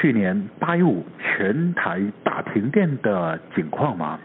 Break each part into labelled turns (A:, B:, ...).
A: 去年八一五全台大停电的景况嘛，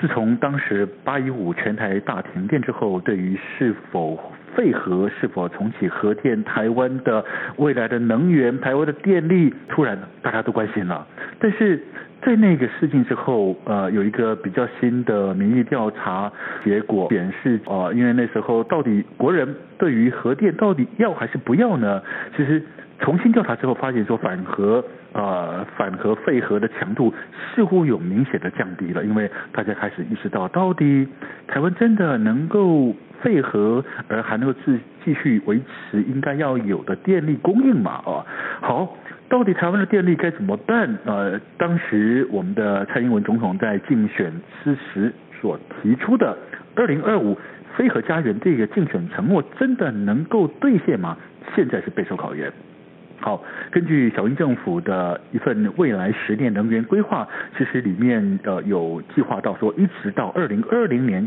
A: 自从当时八一五全台大停电之后，对于是否废核、是否重启核电、台湾的未来的能源、台湾的电力，突然大家都关心了。但是在那个事件之后，呃，有一个比较新的民意调查结果显示，呃，因为那时候到底国人对于核电到底要还是不要呢？其实。重新调查之后，发现说反核呃反核废核的强度似乎有明显的降低了，因为大家开始意识到，到底台湾真的能够废核，而还能够继继续维持应该要有的电力供应嘛？哦，好。到底台湾的电力该怎么办？呃，当时我们的蔡英文总统在竞选之时所提出的二零二五非核家园这个竞选承诺，真的能够兑现吗？现在是备受考验。好，根据小英政府的一份未来十年能源规划，其实里面呃有计划到说，一直到二零二零年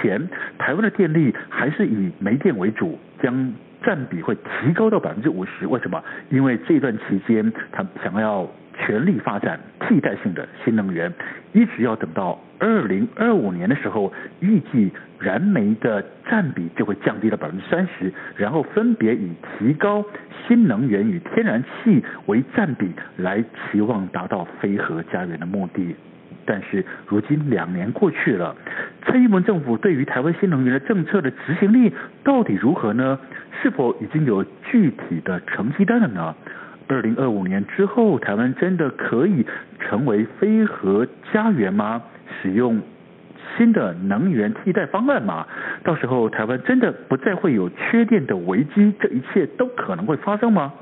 A: 前，台湾的电力还是以煤电为主，将占比会提高到百分之五十。为什么？因为这段期间，他想要全力发展替代性的新能源，一直要等到二零二五年的时候，预计燃煤的占比就会降低到百分之三十，然后分别以提高新能源与天然气为占比来期望达到非核家园的目的。但是如今两年过去了，蔡英文政府对于台湾新能源的政策的执行力到底如何呢？是否已经有具体的成绩单了呢？二零二五年之后，台湾真的可以成为非核家园吗？使用新的能源替代方案吗？到时候台湾真的不再会有缺电的危机，这一切都可能会发生吗？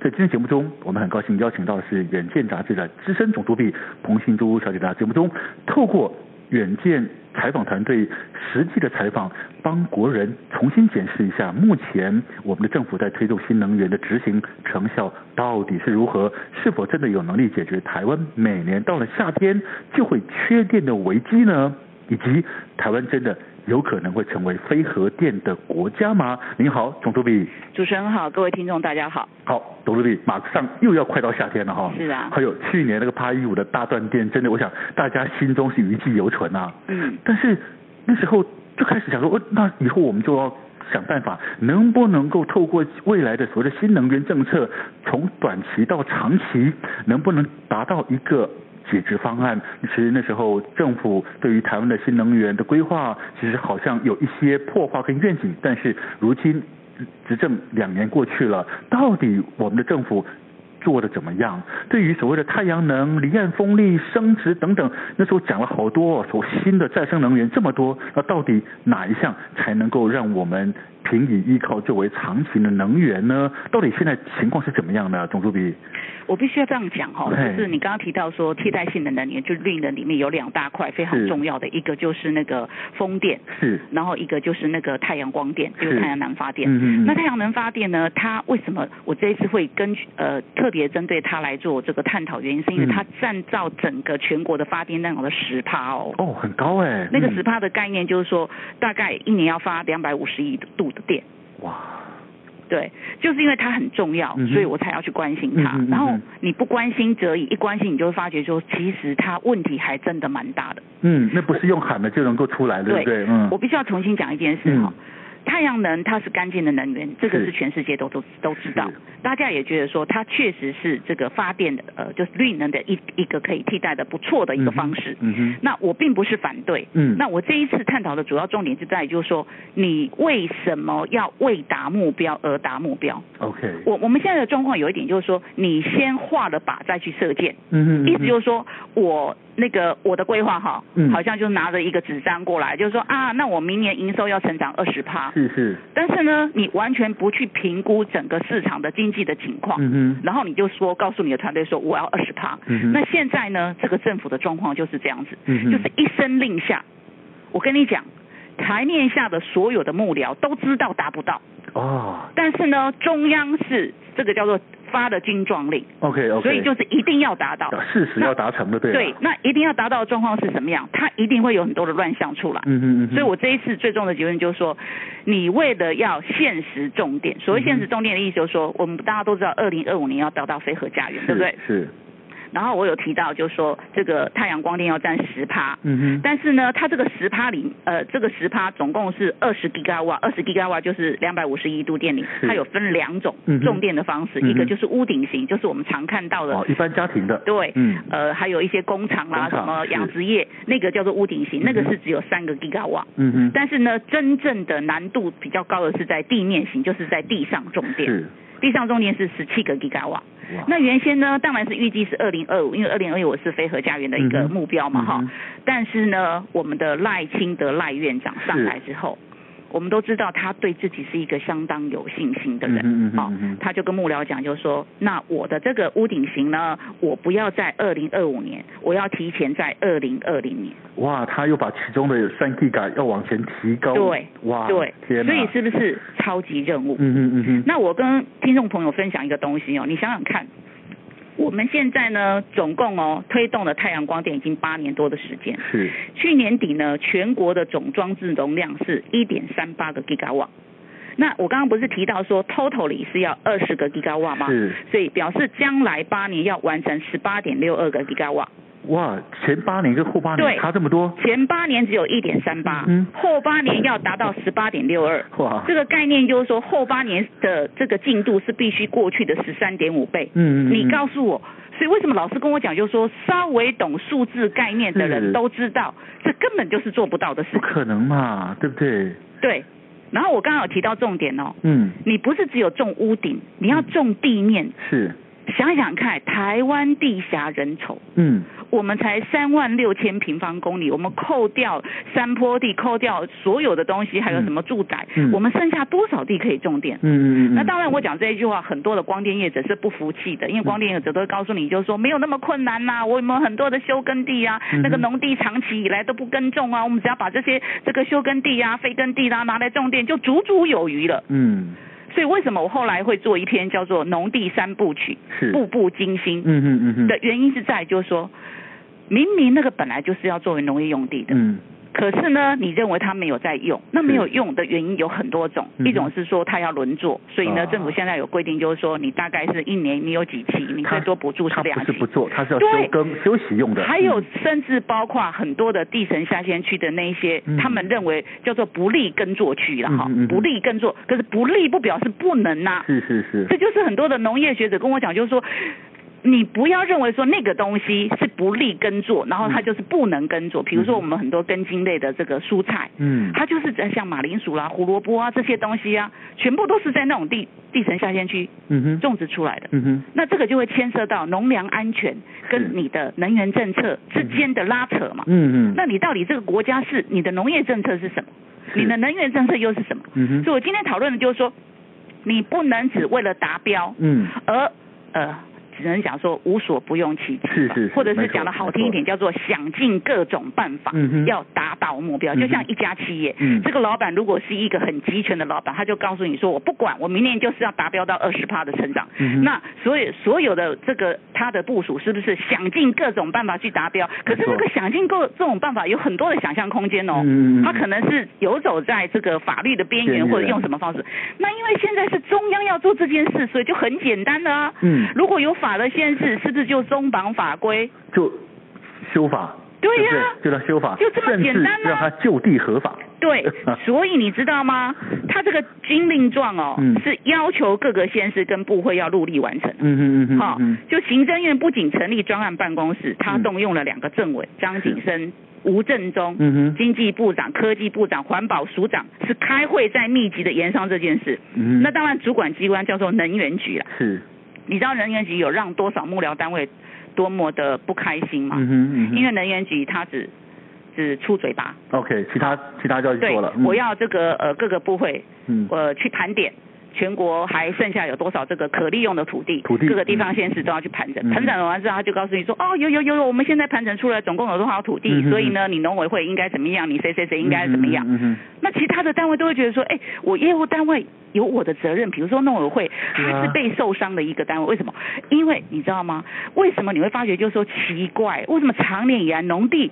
A: 在今天节目中，我们很高兴邀请到的是《远见》杂志的资深总主笔彭新珠小姐在节目中，透过《远见》采访团队实际的采访，帮国人重新检视一下目前我们的政府在推动新能源的执行成效到底是如何，是否真的有能力解决台湾每年到了夏天就会缺电的危机呢？以及台湾真的。有可能会成为非核电的国家吗？您好，总主笔。
B: 主持人好，各位听众大家好。
A: 好，董主笔，马上又要快到夏天了哈。
B: 是啊。
A: 还有去年那个八一五的大断电，真的，我想大家心中是余悸犹存啊。
B: 嗯。
A: 但是那时候就开始想说，哦，那以后我们就要想办法，能不能够透过未来的所谓的新能源政策，从短期到长期，能不能达到一个？解决方案，其实那时候政府对于台湾的新能源的规划，其实好像有一些破坏跟愿景。但是如今执政两年过去了，到底我们的政府做的怎么样？对于所谓的太阳能、离岸风力、生殖等等，那时候讲了好多，说新的再生能源这么多，那到底哪一项才能够让我们平以依靠作为长期的能源呢？到底现在情况是怎么样呢？总主笔。
B: 我必须要这样讲哈，就是你刚刚提到说替代性的能源，就绿能里面有两大块非常重要的，一个就是那个风电，
A: 是，
B: 然后一个就是那个太阳光电，就是太阳能发电。
A: 嗯嗯。
B: 那太阳能发电呢，它为什么我这一次会根据呃特别针对它来做这个探讨？原因是因为它占到整个全国的发电量的十趴哦。
A: 哦，很高哎、欸。
B: 那个十趴的概念就是说，大概一年要发两百五十亿度的电。
A: 哇。
B: 对，就是因为它很重要，所以我才要去关心它。
A: 嗯、
B: 然后你不关心则已，一关心你就会发觉说，其实它问题还真的蛮大的。
A: 嗯，那不是用喊的就能够出来，对不对？嗯，
B: 我必须要重新讲一件事哈、哦，嗯、太阳能它是干净的能源，这个
A: 是
B: 是全世界都都都知道
A: 是，
B: 大家也觉得说它确实是这个发电的呃就是绿能的一一个可以替代的不错的一个方式。
A: 嗯哼，
B: 那我并不是反对，
A: 嗯，
B: 那我这一次探讨的主要重点就在于，就是说你为什么要为达目标而达目标？
A: OK，
B: 我我们现在的状况有一点就是说，你先画了靶再去射箭，
A: 嗯哼，
B: 意思就是说我那个我的规划哈
A: 嗯，
B: 好像就拿着一个纸张过来，就是说啊，那我明年营收要成长二十趴，
A: 是是，
B: 但是呢，你完全不去评估整个市场的经济的情况，
A: 嗯哼，
B: 然后你就说告诉你的团队说我要二十趴，
A: 嗯哼，
B: 哦那现在呢，这个政府的状况就是这样子，
A: 嗯哼
B: 就是一声令下，我跟你讲，台面下的所有的幕僚都知道达不到，
A: 啊
B: 但是呢，中央是这个叫做发的军状令，
A: ，OK OK，
B: 所以就是一定要达到。
A: 事实要达成的，对吧啊
B: 对，，那一定要达到的状况是什么样？它一定会有很多的乱象出来。
A: 嗯哼嗯哼，
B: 所以我这一次最重的结论就是说，你为了要现实重点，所
A: 嗯
B: 谓现实重点的意思就是说，我们大家都知道，二零二五年要达到非核家园，
A: 是
B: 对不对？？
A: 是，
B: 然后我有提到，就是说这个太阳光电要占十趴，
A: 嗯哼，
B: 但是呢，它这个十趴里，呃，这个十趴总共是二十 g 瓦，二十 g 瓦就是两百五十一度电力，
A: 是
B: 它有分两种
A: 嗯哼
B: 种电的方式，
A: 嗯哼
B: 一个就是屋顶型，就是我们常看到的，
A: 哦，一般家庭的，
B: 对，
A: 嗯
B: 呃，还有一些工厂啦，
A: 工厂
B: 什么
A: 是
B: 养殖业，那个叫做屋顶型，那个
A: 嗯哼
B: 是只有三个 g 瓦。
A: 嗯哼，
B: 但是呢，真正的难度比较高的是在地面型，就是在地上种电。
A: 是，
B: 地上种电是十七个 g 瓦。
A: 哇，
B: 那原先呢，当然是预计是二零二五，因为二零二五是非核家园的一
A: 嗯
B: 个
A: 哼
B: 目标嘛，哈、
A: 嗯哼
B: 但是呢，我们的赖清德赖院长上台之后，我们都知道他对自己是一个相当有信心的人。
A: 嗯哼嗯
B: 哦
A: 哼嗯哼，
B: 他就跟幕僚讲，就说：“那我的这个屋顶型呢，我不要在二零二五年，我要提前在二零二零年。
A: 哇，他又把其中的三 G 感要往前提高，
B: 对，
A: 哇，
B: 对，
A: 天哪
B: 所以，是不是超级任务？
A: 嗯哼嗯哼，
B: 那我跟听众朋友分享一个东西哦，你想想看，我们现在呢，总共哦推动了太阳光电已经八年多的时间。
A: 是，
B: 去年底呢，全国的总装置容量是一点三八个 giga 瓦。那我刚刚不是提到说 totally 是要二十个 giga 瓦吗？
A: 是，
B: 所以表示将来八年要完成十八点六二个 giga 瓦，
A: 哇，前八年跟后八年
B: 对
A: 差这么多，
B: 前八年只有一点三八
A: 嗯，
B: 后八年要达到十八点六二。
A: 哇，
B: 这个概念就是说，后八年的这个进度是必须过去的十三点五倍。
A: 嗯嗯嗯
B: 你告诉我，所以为什么老师跟我讲，就是说稍微懂数字概念的
A: 是
B: 人都知道，这根本就是做不到的事
A: 嗯不
B: 情。
A: 可能嘛，对不对？
B: 对。然后我刚刚有提到重点哦，
A: 嗯，
B: 你不是只有种屋顶，你要种地面。
A: 是，
B: 想想看，台湾地狭人稠，
A: 嗯，
B: 我们才三万六千平方公里，我们扣掉山坡地，扣掉所有的东西，还有什么住宅，
A: 嗯
B: 我们剩下多少地可以种电
A: 嗯？嗯嗯，
B: 那当然，我讲这一句话，很多的光电业者是不服气的，因为光电业者都会告诉你，就是说没有那么困难呐、我们很多的休耕地啊
A: 嗯哼，
B: 那个农地长期以来都不耕种啊，我们只要把这些这个休耕地啊、废耕地啊拿来种电，就足足有余了。
A: 嗯，
B: 所以为什么我后来会做一篇叫做《农地三部曲》，
A: 是，
B: 步步惊心
A: 嗯嗯嗯嗯，
B: 的原因是在于就是说，明明那个本来就是要作为农业用地的，
A: 嗯，
B: 可是呢，你认为它没有在用，那没有用的原因有很多种，
A: 嗯哼
B: 一种是说它要轮作，所以
A: 啊
B: 呢，政府现在有规定，就是说你大概是一年你有几期，你最多补助
A: 他
B: 两
A: 不是
B: 期
A: 不。做，他是要
B: 对
A: 休耕休息用的，
B: 还有
A: 嗯，
B: 甚至包括很多的地层下陷区的那一些，
A: 嗯
B: 他们认为叫做不利耕作区了哈
A: 嗯哼嗯哼，
B: 不利耕作，可是不利不表示不能呐、
A: 是是是，
B: 这就是很多的农业学者跟我讲，就是说。你不要认为说那个东西是不利耕作，然后它就是不能耕作。比如说我们很多根茎类的这个蔬菜，
A: 嗯，
B: 它就是在像马铃薯啦、胡萝卜啊这些东西啊，全部都是在那种地地层下陷区
A: 嗯哼，
B: 种植出来的。
A: 嗯哼，
B: 那这个就会牵涉到农粮安全跟你的能源政策之间的拉扯嘛。
A: 嗯嗯，
B: 那你到底这个国家是你的农业政策是什么？
A: 是
B: 你的能源政策又是什么？
A: 嗯
B: 所以
A: 哼，
B: 我今天讨论的就是说，你不能只为了达标
A: 嗯，
B: 而呃。只能讲说无所不用其极吧，
A: 是是是
B: 或者
A: 没
B: 是
A: 错
B: 讲的好听一点，叫做想尽各种办法，
A: 嗯哼
B: 要达到目标。
A: 嗯哼
B: 就像一家企业，
A: 嗯
B: 这个老板如果是一个很集权的老板，他就告诉你说，我不管，我明年就是要达标到二十趴的成长。
A: 嗯哼
B: 那所以所有的这个他的部署是不是想尽各种办法去达标？可是
A: 没错
B: 那个想尽各种办法有很多的想象空间哦，
A: 嗯嗯嗯
B: 他可能是游走在这个法律的边
A: 边缘
B: 缘，或者用什么方式。那因为现在是中央要做这件事，所以就很简单了啊。
A: 嗯
B: 如果有法的限制，是不是就松绑法规？
A: 就修法，
B: 对呀
A: 不就让修法，
B: 就这么简单啊
A: 甚至让他就地合法，
B: 对，所以你知道吗？他这个军令状哦，
A: 嗯
B: 是要求各个县市跟部会要入例完成。
A: 嗯嗯嗯，
B: 好、
A: 嗯
B: 就行政院不仅成立专案办公室，他
A: 嗯
B: 动用了两个政委张景生、吴振中。
A: 嗯哼，
B: 经济部长、科技部长、环保署长是开会在密集的研商这件事。
A: 嗯
B: 那当然，主管机关叫做能源局啦。
A: 是，
B: 你知道能源局有让多少幕僚单位多么的不开心吗？
A: 嗯哼嗯哼，
B: 因为能源局它只只出嘴巴，
A: OK，其他其他就要去
B: 对
A: 做了，，
B: 我要这个呃各个部会
A: 嗯
B: 呃去盘点。全国还剩下有多少这个可利用的土地？
A: 土地
B: 各个地方县市都要去盘整。
A: 嗯
B: 盘整完之后，他就告诉你说，哦，有有有有，我们现在盘整出来总共有多少土地，
A: 嗯哼
B: 所以呢，你农委会应该怎么样，你谁谁谁应该怎么样。
A: 嗯哼
B: 那其他的单位都会觉得说，哎，我业务单位有我的责任，比如说农委会，
A: 对啊
B: 它是被受伤的一个单位，为什么？因为你知道吗？为什么你会发觉就是说奇怪，为什么长年以来农地，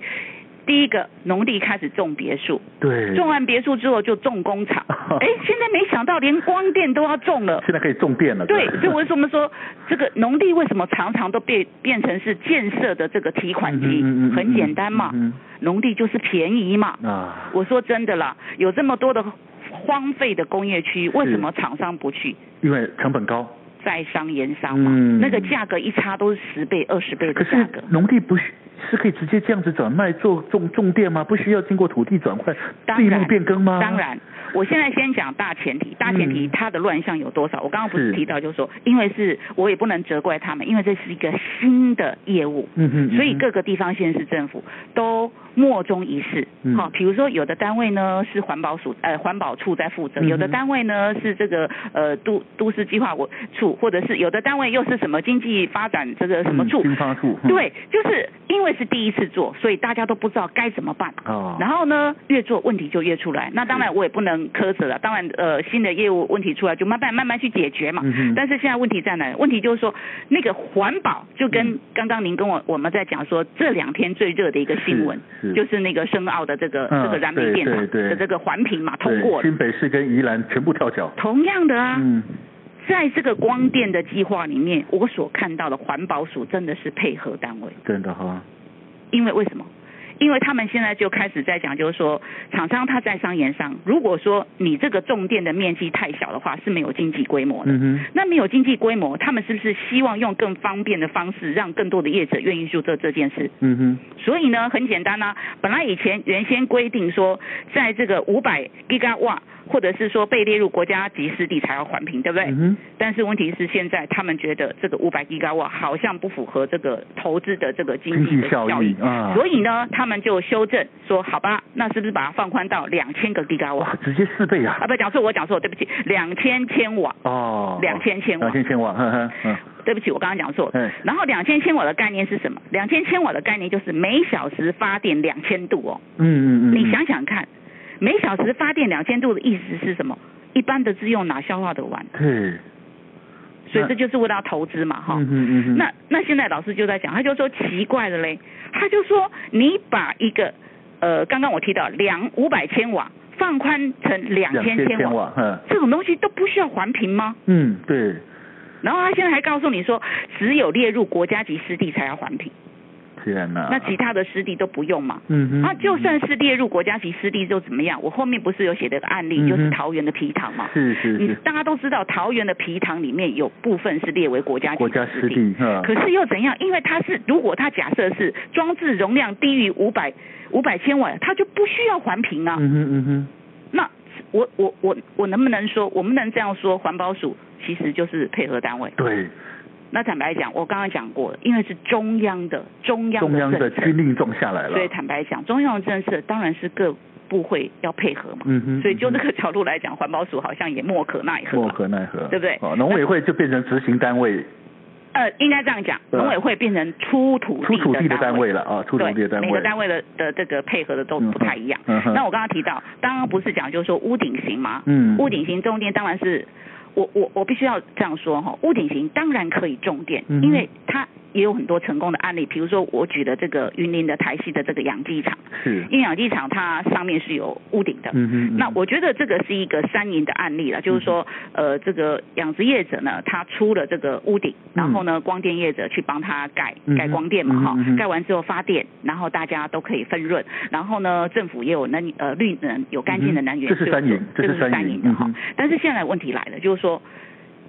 B: 第一个农地开始种别墅，
A: 对，
B: 种完别墅之后就种工 厂，哎，现在没想到连光电都要种了。
A: 现在可以种电了，
B: 对，
A: 吧
B: 所以我就这么说，这个农地为什么常常都被变成是建设的这个提款机？
A: 嗯嗯嗯嗯嗯
B: 很简单嘛，
A: 嗯
B: 农地就是便宜嘛。
A: 嗯啊，
B: 我说真的啦，有这么多的荒废的工业区，为什么厂商不去
A: 因为成本高，
B: 在商言商嘛？
A: 嗯
B: 那个价格一差都是十倍、二十倍
A: 可
B: 的价
A: 是
B: 格。
A: 农地不需是可以直接这样子转卖做种种电吗？不需要经过土地转换、
B: 当
A: 地
B: 然
A: 目变更吗？嗯
B: 当，然，我现在先讲大前提，大前提它的乱象有多少？我刚刚不是
A: 是
B: 提到，就是说，因为是我也不能责怪他们，因为这是一个新的业务，
A: 嗯哼，嗯哼
B: 所以各个地方县市政府都莫衷一是。
A: 嗯
B: 好、比如说有的单位呢是环保署呃环保处在负责，
A: 嗯哼
B: 有的单位呢是这个呃都都市计划我处，或者是有的单位又是什么经济发展这个什么
A: 嗯
B: 处。
A: 新发处，嗯，
B: 对，就是因为是第一次做，所以大家都不知道该怎么办。
A: 哦，
B: 然后呢，越做问题就越出来。那当
A: 嗯
B: 然我也不能苛责了，当然呃新的业务问题出来就慢慢慢慢去解决嘛。
A: 嗯哼
B: 但是现在问题在哪？问题就是说那个环保就
A: 嗯
B: 跟刚刚您跟我我们在讲说这两天最热的一个新闻，
A: 是是
B: 就是那个深澳的这个、
A: 嗯
B: 这个燃煤
A: 对
B: 电厂
A: 对对
B: 的这个环评嘛通
A: 对
B: 过了。
A: 新北市跟宜兰全部跳脚，
B: 同样的啊，
A: 嗯，
B: 在这个光电的计划里面，我所看到的环保署真的是配合单位。
A: 真的哈，
B: 因为为什么？因为他们现在就开始在讲，就是说厂商他在商言商，如果说你这个重电的面积太小的话，是没有经济规模的。
A: 嗯哼，
B: 那没有经济规模，他们是不是希望用更方便的方式，让更多的业者愿意做这这件事？
A: 嗯哼，
B: 所以呢，很简单呐、本来以前原先规定说，在这个五百 g i g a w 或者是说被列入国家级湿地才要环评，对不对？
A: 嗯哼，
B: 但是问题是，现在他们觉得这个五百 g i g a w 好像不符合这个投资的这个经
A: 经
B: 济
A: 济
B: 的
A: 效
B: 效益
A: 益，啊，
B: 所以呢，他们就修正说，好吧，那是不是把它放宽到两千个 g i g a w
A: 哇，直接四倍啊
B: 啊，，不讲错，我讲错，对不起，两千千瓦，
A: 哦，
B: 两千千
A: 两
B: 瓦，
A: 千千瓦，哼哼，嗯
B: 对不起，我刚刚讲错。
A: 嗯，
B: 然后两千千瓦的概念是什么？两千千瓦的概念就是每小时发电两千度哦，
A: 嗯嗯嗯，
B: 你想想看，每小时发电两千度的意思是什么？一般的自用哪消化得完？
A: 对，
B: 所以
A: 那
B: 这就是为了要投资嘛，哈。
A: 嗯哼嗯哼，
B: 那那现在老师就在讲，他就说奇怪了嘞，他就说你把一个呃，刚刚我提到两五百千瓦放宽成两
A: 两
B: 千
A: 千
B: 千
A: 千
B: 瓦，
A: 瓦，嗯
B: 这种东西都不需要环评吗？
A: 嗯，对，
B: 然后他现在还告诉你说，只有列入国家级湿地才要环评，
A: 天哪，
B: 那其他的湿地都不用嘛？
A: 啊嗯哼，
B: 啊，就算是列入国家级湿地又怎么样？我后面不是有写的个案例，
A: 嗯哼
B: 就是桃园的皮塘嘛。
A: 是是
B: 你
A: 是，
B: 大家都知道，桃园的皮塘里面有部分是列为国家级
A: 国家湿地，嗯
B: 可是又怎样？因为它是，如果它假设是装置容量低于五百五百千瓦，它就不需要环评啊。
A: 嗯哼嗯哼，
B: 那我我我我能不能说，我们能这样说，环保署其实就是配合单位？
A: 对，
B: 那坦白讲，我刚刚讲过了，因为是中央的中央
A: 中央的
B: 的政
A: 军
B: 策，
A: 令种下来了，
B: 所以坦白讲，中央的政策当然是各部会要配合嘛。
A: 嗯哼，
B: 所以就这个角度来讲，环保署好像也莫可奈何
A: 莫
B: 嘛。
A: 可奈何，
B: 对不对
A: 哦，农委会就变成执行单位，
B: 呃，应该这样讲，
A: 对啊
B: 农委会变成出土
A: 出土地的
B: 单
A: 单
B: 位。
A: 位了啊，出土
B: 对，
A: 地的单
B: 每个
A: 位，
B: 单位的的这个配合的都不太一样。
A: 嗯哼，
B: 那我刚刚提到，刚刚不是讲就是说屋顶型吗？
A: 嗯，
B: 屋顶型种电当然是，我我我必须要这样说哈，屋顶型当然可以种电，
A: 嗯哼
B: 因为它也有很多成功的案例，比如说我举的这个云林的台西的这个养鸡场，
A: 是，
B: 因为养鸡场它上面是有屋顶的。
A: 嗯哼，
B: 那我觉得这个是一个三赢的案例了，就是说，呃，这个养殖业者呢，他出了这个屋顶，然后呢，光电业者去帮他盖
A: 嗯嗯哼
B: 盖光电嘛，哈
A: 嗯哼嗯哼，
B: 盖完之后发电，然后大家都可以分润，然后呢，政府也有能呃绿能有干净的能
A: 嗯
B: 源，
A: 这是三赢
B: 这
A: 这
B: 个
A: 是
B: 是
A: 三
B: 三
A: 赢
B: 赢的
A: 嗯
B: 哈
A: 哼。
B: 但是现在问题来了，就是说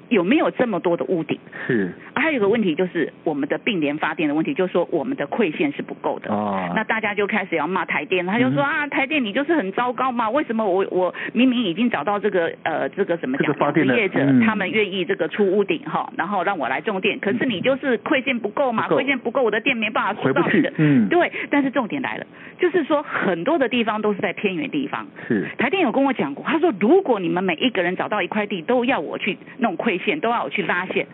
B: 有没有这么多的屋顶？
A: 是
B: 啊还有一个问题就是我们的并联发电的问题，就是说我们的馈线是不够的。
A: 啊，
B: 那大家就开始要骂台电，他就说、
A: 嗯
B: 啊，台电你就是很糟糕嘛，为什么我我明明已经找到这个呃这个什么
A: 这个
B: 讲
A: 发电的
B: 业者，
A: 嗯
B: 他们愿意这个出屋顶哈，然后让我来种电，可是你就是馈线不够嘛，
A: 不够
B: 馈线不够，我的电没办法
A: 回
B: 输
A: 不
B: 到你
A: 去
B: 的，。
A: 嗯，
B: 对，但是重点来了，就是说很多的地方都是在偏远地方。
A: 是
B: 台电有跟我讲过，他说如果你们每一个人找到一块地，都要我去弄馈线，都要我去拉线，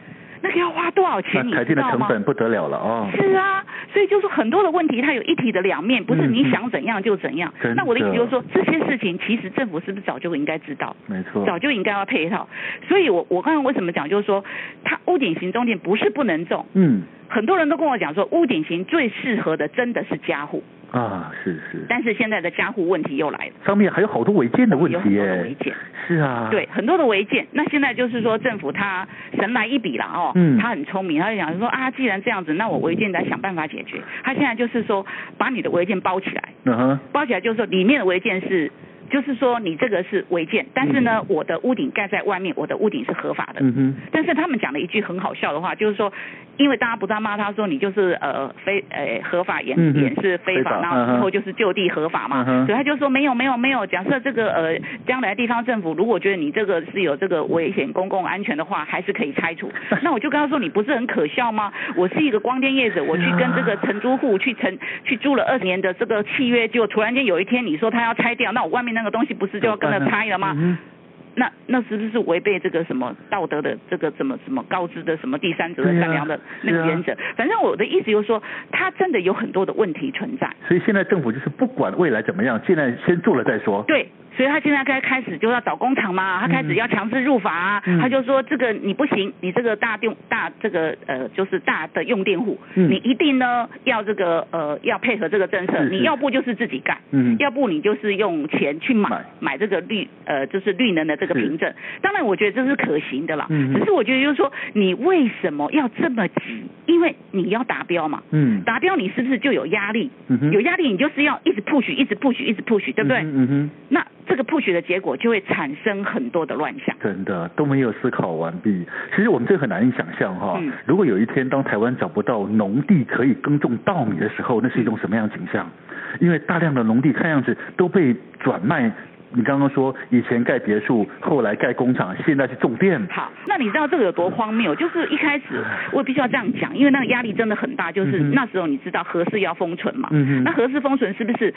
B: 那个要花多少钱，
A: 那
B: 你
A: 台
B: 知
A: 电的
B: 道
A: 成
B: 吗？
A: 本不得了了啊，
B: 是啊，所以就是很多的问题，它有一体的两面，不是
A: 嗯
B: 你
A: 嗯
B: 想怎样就怎样。
A: 真
B: 那我的意思就
A: 的嗯
B: 是说，这些事情其实政府是不是早就应该知道，
A: 没错，
B: 早就应该要配套？所以我我刚才为什么讲，就是说，它屋顶型中电不是不能种，
A: 嗯
B: 很多人都跟我讲说，屋顶型最适合的真的是家户，
A: 啊，是是，
B: 但是现在的家户问题又来了。
A: 上面还有好多违建的问
B: 有很
A: 题
B: 多的
A: 耶
B: 违，建，
A: 是啊，
B: 对，很多的违建。那现在就是说，政府他神来一笔了哦，
A: 嗯
B: 他很聪明，他就想说啊，既然这样子，那我违建来想办法解决。他现在就是说，把你的违建包起来，
A: 嗯哼，
B: 包起来就是说里面的违建是。就是说，你这个是违建，但是呢，我的屋顶盖在外面，我的屋顶是合法的。
A: 嗯哼，
B: 但是他们讲了一句很好笑的话，就是说，因为大家不断骂他说你就是呃非呃合法掩
A: 嗯哼
B: 掩饰非
A: 非法
B: 法，
A: 嗯哼
B: 然后以后就是就地合法嘛
A: 嗯，哼
B: 所以他就说没有没有没有，假设这个呃将来地方政府如果觉得你这个是有这个危险公共安全的话，还是可以拆 除。那我就跟他说你不是很可笑吗？我是一个光电业者，我去跟这个承租户去承 去租了二十年的这个契约，结果突然间有一天你说他要拆掉，那我外面那个东西不是就要跟着拆了吗？
A: 嗯
B: 那那是不是违背这个什么道德的这个什么什么高知的什么第三者的
A: 对啊
B: 善良的那个原则？反正我的意思就是说，它真的有很多的问题存在。
A: 哼所以现在政府就是不管未来怎么样，现在先做了再说，
B: 对，所以他现在该开始就要找工厂嘛，他开始要强制入法啊，
A: 嗯
B: 他就说这个你不行，你这个大用大这个呃就是大的用电户，
A: 嗯
B: 你一定呢要这个呃要配合这个政策，
A: 是是
B: 你要不就是自己盖，
A: 嗯
B: 要不你就是用钱去买
A: 买
B: 买这个绿呃就是绿能的这个
A: 是
B: 凭证。当然，我觉得这是可行的啦，
A: 嗯哼
B: 只是我觉得就是说你为什么要这么急？因为你要达标嘛，
A: 嗯
B: 达标你是不是就有压力？
A: 嗯哼，
B: 有压力你就是要一直 push 一直 push 一直 push，对不对？
A: 嗯哼嗯哼。
B: 那这个 push 的结果就会产生很多的乱象。
A: 真的都没有思考完毕。其实我们这很难以想象哈、
B: 嗯
A: 如果有一天当台湾找不到农地可以耕种稻米的时候，那是一种什么样的景象？因为大量的农地看样子都被转卖。你刚刚说以前盖别墅，后来盖工厂，现在去种电。
B: 好，那你知道这个有多荒谬？就是一开始我必须要这样讲，因为那个压力真的很大。就是
A: 嗯嗯哼
B: 那时候你知道合适要封存嘛，
A: 嗯
B: 那
A: 哼，
B: 合适封存是不是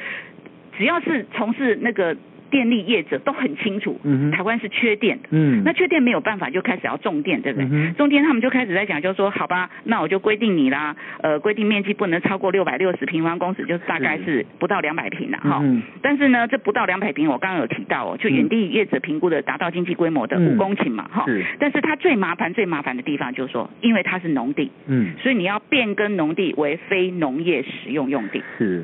B: 只要是从事那个电力业者都很清楚，
A: 嗯哼
B: 台湾是缺电的。
A: 嗯，
B: 那缺电没有办法，就开始要种电，对不对？
A: 嗯哼
B: 中间他们就开始在讲，就说好吧，那我就规定你啦，呃，规定面积不能超过六百六十平方公尺，就是大概
A: 是
B: 是不到两百平了哈。
A: 嗯
B: 但是呢，这不到两百平，我刚刚有提到哦，就原地业者评估的达到经济规模的
A: 嗯
B: 五公顷嘛，哈、
A: 是
B: 但是它最麻烦、最麻烦的地方就是说，因为它是农地，
A: 嗯
B: 所以你要变更农地为非农业使用用地，
A: 是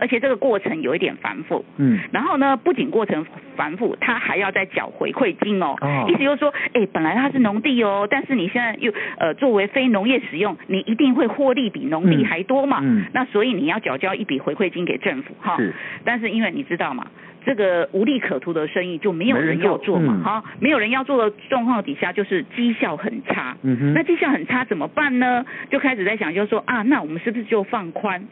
B: 而且这个过程有一点繁复。
A: 嗯
B: 然后呢，不仅过程繁复，他还要再缴回馈金哦。
A: 哦
B: 意思就是说，哎，本来它是农地哦，但是你现在又呃作为非农业使用，你一定会获利比农地
A: 嗯
B: 还多嘛。
A: 嗯
B: 那所以你要缴交一笔回馈金给政府哈。
A: 是
B: 但是因为你知道嘛，这个无利可图的生意就没有
A: 没人
B: 人要
A: 做
B: 做嘛
A: 嗯，
B: 哈、没有人要做的状况底下，就是绩效很差。
A: 嗯哼
B: 那绩效很差怎么办呢？就开始在想，就说啊，那我们是不是就放宽？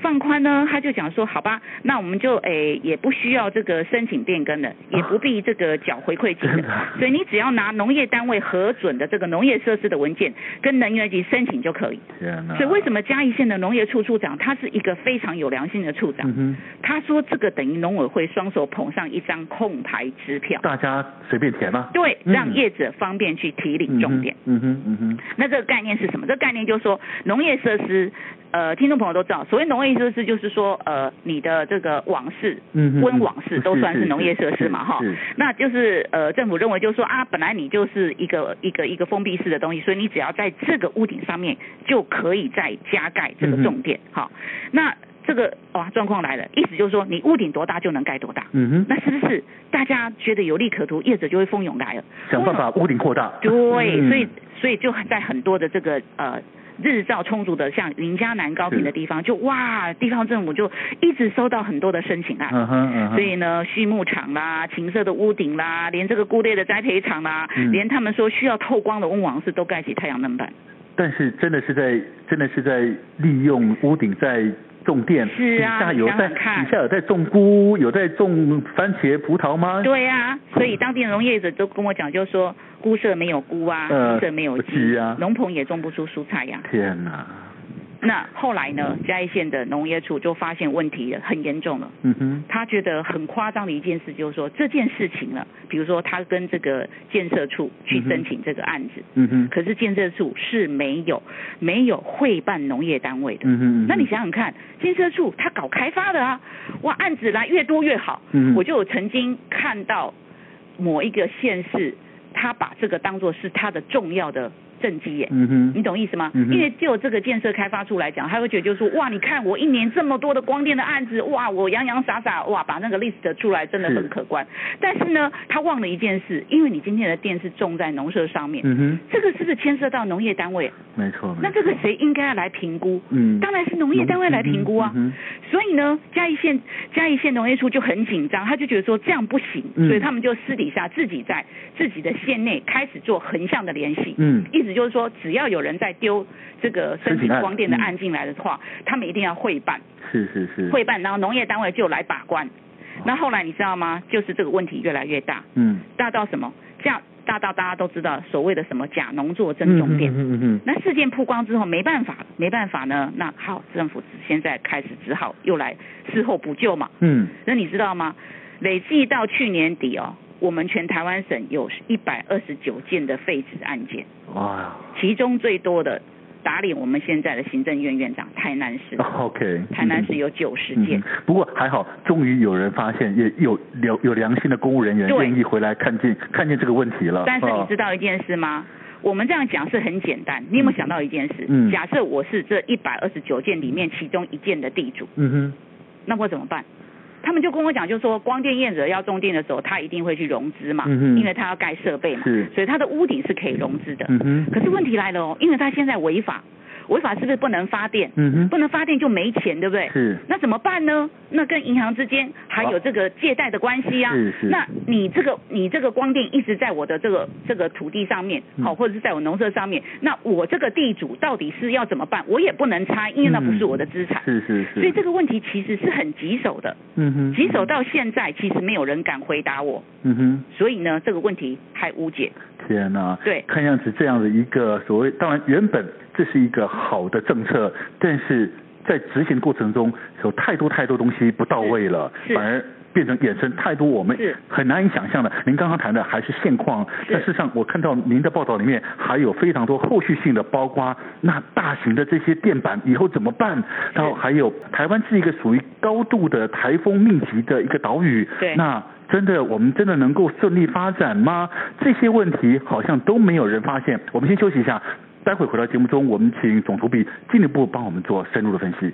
B: 放宽呢，他就讲说，好吧，那我们就诶、也不需要这个申请变更的，也不必这个缴回馈金
A: 真
B: 的
A: 的 啊，
B: 所以你只要拿农业单位核准的这个农业设施的文件跟能源局申请就可以。
A: 天哪，
B: 所以为什么嘉义县的农业处处长他是一个非常有良心的处长？
A: 嗯
B: 他说这个等于农委会双手捧上一张空牌支票
A: 哼，，大家随便填啊，
B: 对，
A: 嗯
B: 让业者方便去提领
A: 嗯哼
B: 重点。，
A: 嗯哼嗯哼
B: 那这个概念是什么？这个概念就是说，农业设施呃，听众朋友都知道，所谓农业设施就是说，呃，你的这个网室、
A: 嗯嗯嗯
B: 温网室都算
A: 是
B: 是农业设施
A: 是
B: 嘛，哈
A: 是。
B: 那就是呃，政府认为就是说啊，本来你就是一个一个一个封闭式的东西，所以你只要在这个屋顶上面就可以再加盖这个重点，
A: 嗯
B: 哈。那这个哇，状况来了，意思就是说你屋顶多大就能盖多大，
A: 嗯哼，
B: 那是不是大家觉得有利可图，业者就会蜂拥来了？
A: 想办法屋顶扩大。
B: 对，
A: 嗯
B: 所以所以就在很多的这个呃。日照充足的，像云嘉南高屏的地方，就哇，地方政府就一直收到很多的申请案，
A: 嗯哼嗯哼，
B: 啊所以呢，畜牧场啦、禽舍的屋顶啦，连这个菇类的栽培场啦，
A: 嗯
B: 连他们说需要透光的温网室都盖起太阳能板，
A: 但是真的是在真的是在利用屋顶在种电，
B: 是啊
A: 底下有
B: 你想
A: 在
B: 想看
A: 底下有在种菇，有在种番茄、葡萄吗？
B: 对呀、所以当地农业者都跟我讲，就说菇舍没有菇啊，
A: 呃
B: 鸡舍没有鸡
A: 鸡啊
B: 农棚也种不出蔬菜呀、
A: 天哪，
B: 那后来呢，嘉义县的农业处就发现问题了很严重了。
A: 嗯哼，
B: 他觉得很夸张的一件事，就是说这件事情了，比如说他跟这个建设处去申请这个案子，
A: 嗯哼，
B: 可是建设处是没有没有会办农业单位的。
A: 嗯哼，
B: 那你想想看，建设处他搞开发的啊，哇，案子来越多越好。
A: 嗯
B: 我就有曾经看到某一个县市，他把这个当做是他的重要的政绩耶。
A: 嗯
B: 你
A: 哼，
B: 懂意思吗？
A: 嗯哼
B: 因为就这个建设开发处来讲，他会觉得就是说，哇，你看我一年这么多的光电的案子，哇，我洋洋洒洒，哇，把那个 list 出来真的
A: 是
B: 很可观。但是呢，他忘了一件事，因为你今天的电是种在农舍上面，
A: 嗯哼，
B: 这个是不是牵涉到农业单位？
A: 没错，没错
B: 那这个谁应该要来评估？
A: 嗯，
B: 当然是农业单位来评估啊。
A: 嗯
B: 所以呢，嘉义县嘉义县农业处就很紧张，他就觉得说这样不行，
A: 嗯
B: 所以他们就私底下自己在自己的县内开始做横向的联系。
A: 嗯
B: 意思就是说，只要有人在丢这个申
A: 申
B: 请
A: 请案
B: 光电的
A: 嗯
B: 案进来的话，他们一定要会办，
A: 哼是是是，
B: 会办，然后农业单位就来把关。那后来你知道吗？就是这个问题越来越大，
A: 嗯，
B: 大到什么？这样大到大家都知道所谓的什么假农作真种电。
A: 嗯嗯嗯
B: 那事件曝光之后，没办法，没办法呢。那好，政府现在开始只好又来事后补救嘛。
A: 嗯，
B: 那你知道吗？累计到去年底哦，我们全台湾省有一百二十九件的废止案件，
A: 嗯哇
B: 其中最多的打脸我们现在的行政院院长台南市，
A: ，OK，
B: 台南市有九十件。
A: 哦嗯不过还好，终于有人发现，也有有有良心的公务人员
B: 对
A: 愿意回来看见看见这个问题了。
B: 但是你
A: 哦
B: 知道一件事吗？我们这样讲是很简单，你有没有想到一件事？
A: 嗯
B: 假设我是这一百二十九件里面其中一件的地主，
A: 嗯
B: 那我怎么办？他们就跟我讲，就说光电业者要种电的时候，他一定会去融资嘛，
A: 嗯哼
B: 因为他要盖设备嘛
A: 是，
B: 所以他的屋顶是可以融资的。
A: 哼，嗯哼，
B: 可是问题来了哦，因为他现在违法，违法是不是不能发电？
A: 嗯
B: 不能发电就没钱，对不对
A: 哼，？是
B: 那怎么办呢？那跟银行之间还有这个借贷的关系啊。
A: 哦是是
B: 那你这个你这个光电一直在我的这个这个土地上面，
A: 嗯
B: 好、或者是在我农舍上面，那我这个地主到底是要怎么办？我也不能拆，因为那不是我的资产。
A: 是嗯是是，
B: 所以这个问题其实是很棘手的，
A: 嗯哼，
B: 棘手到现在其实没有人敢回答我，
A: 嗯哼。
B: 所以呢这个问题还无解。
A: 天呐、
B: 对
A: 看样子这样的一个所谓，当然原本这是一个好的政策，但是在执行过程中有太多太多东西不到位了，
B: 是是
A: 反而变成衍生太多我们
B: 是
A: 很难以想象的。您刚刚谈的还是现况，
B: 是
A: 但事实上我看到您的报道里面还有非常多后续性的，包括那大型的这些电板以后怎么办，然后还有台湾是一个属于高度的台风密集的一个岛屿，
B: 对
A: 那真的，我们真的能够顺利发展吗？这些问题好像都没有人发现。我们先休息一下，待会回到节目中，我们请总图笔进一步帮我们做深入的分析。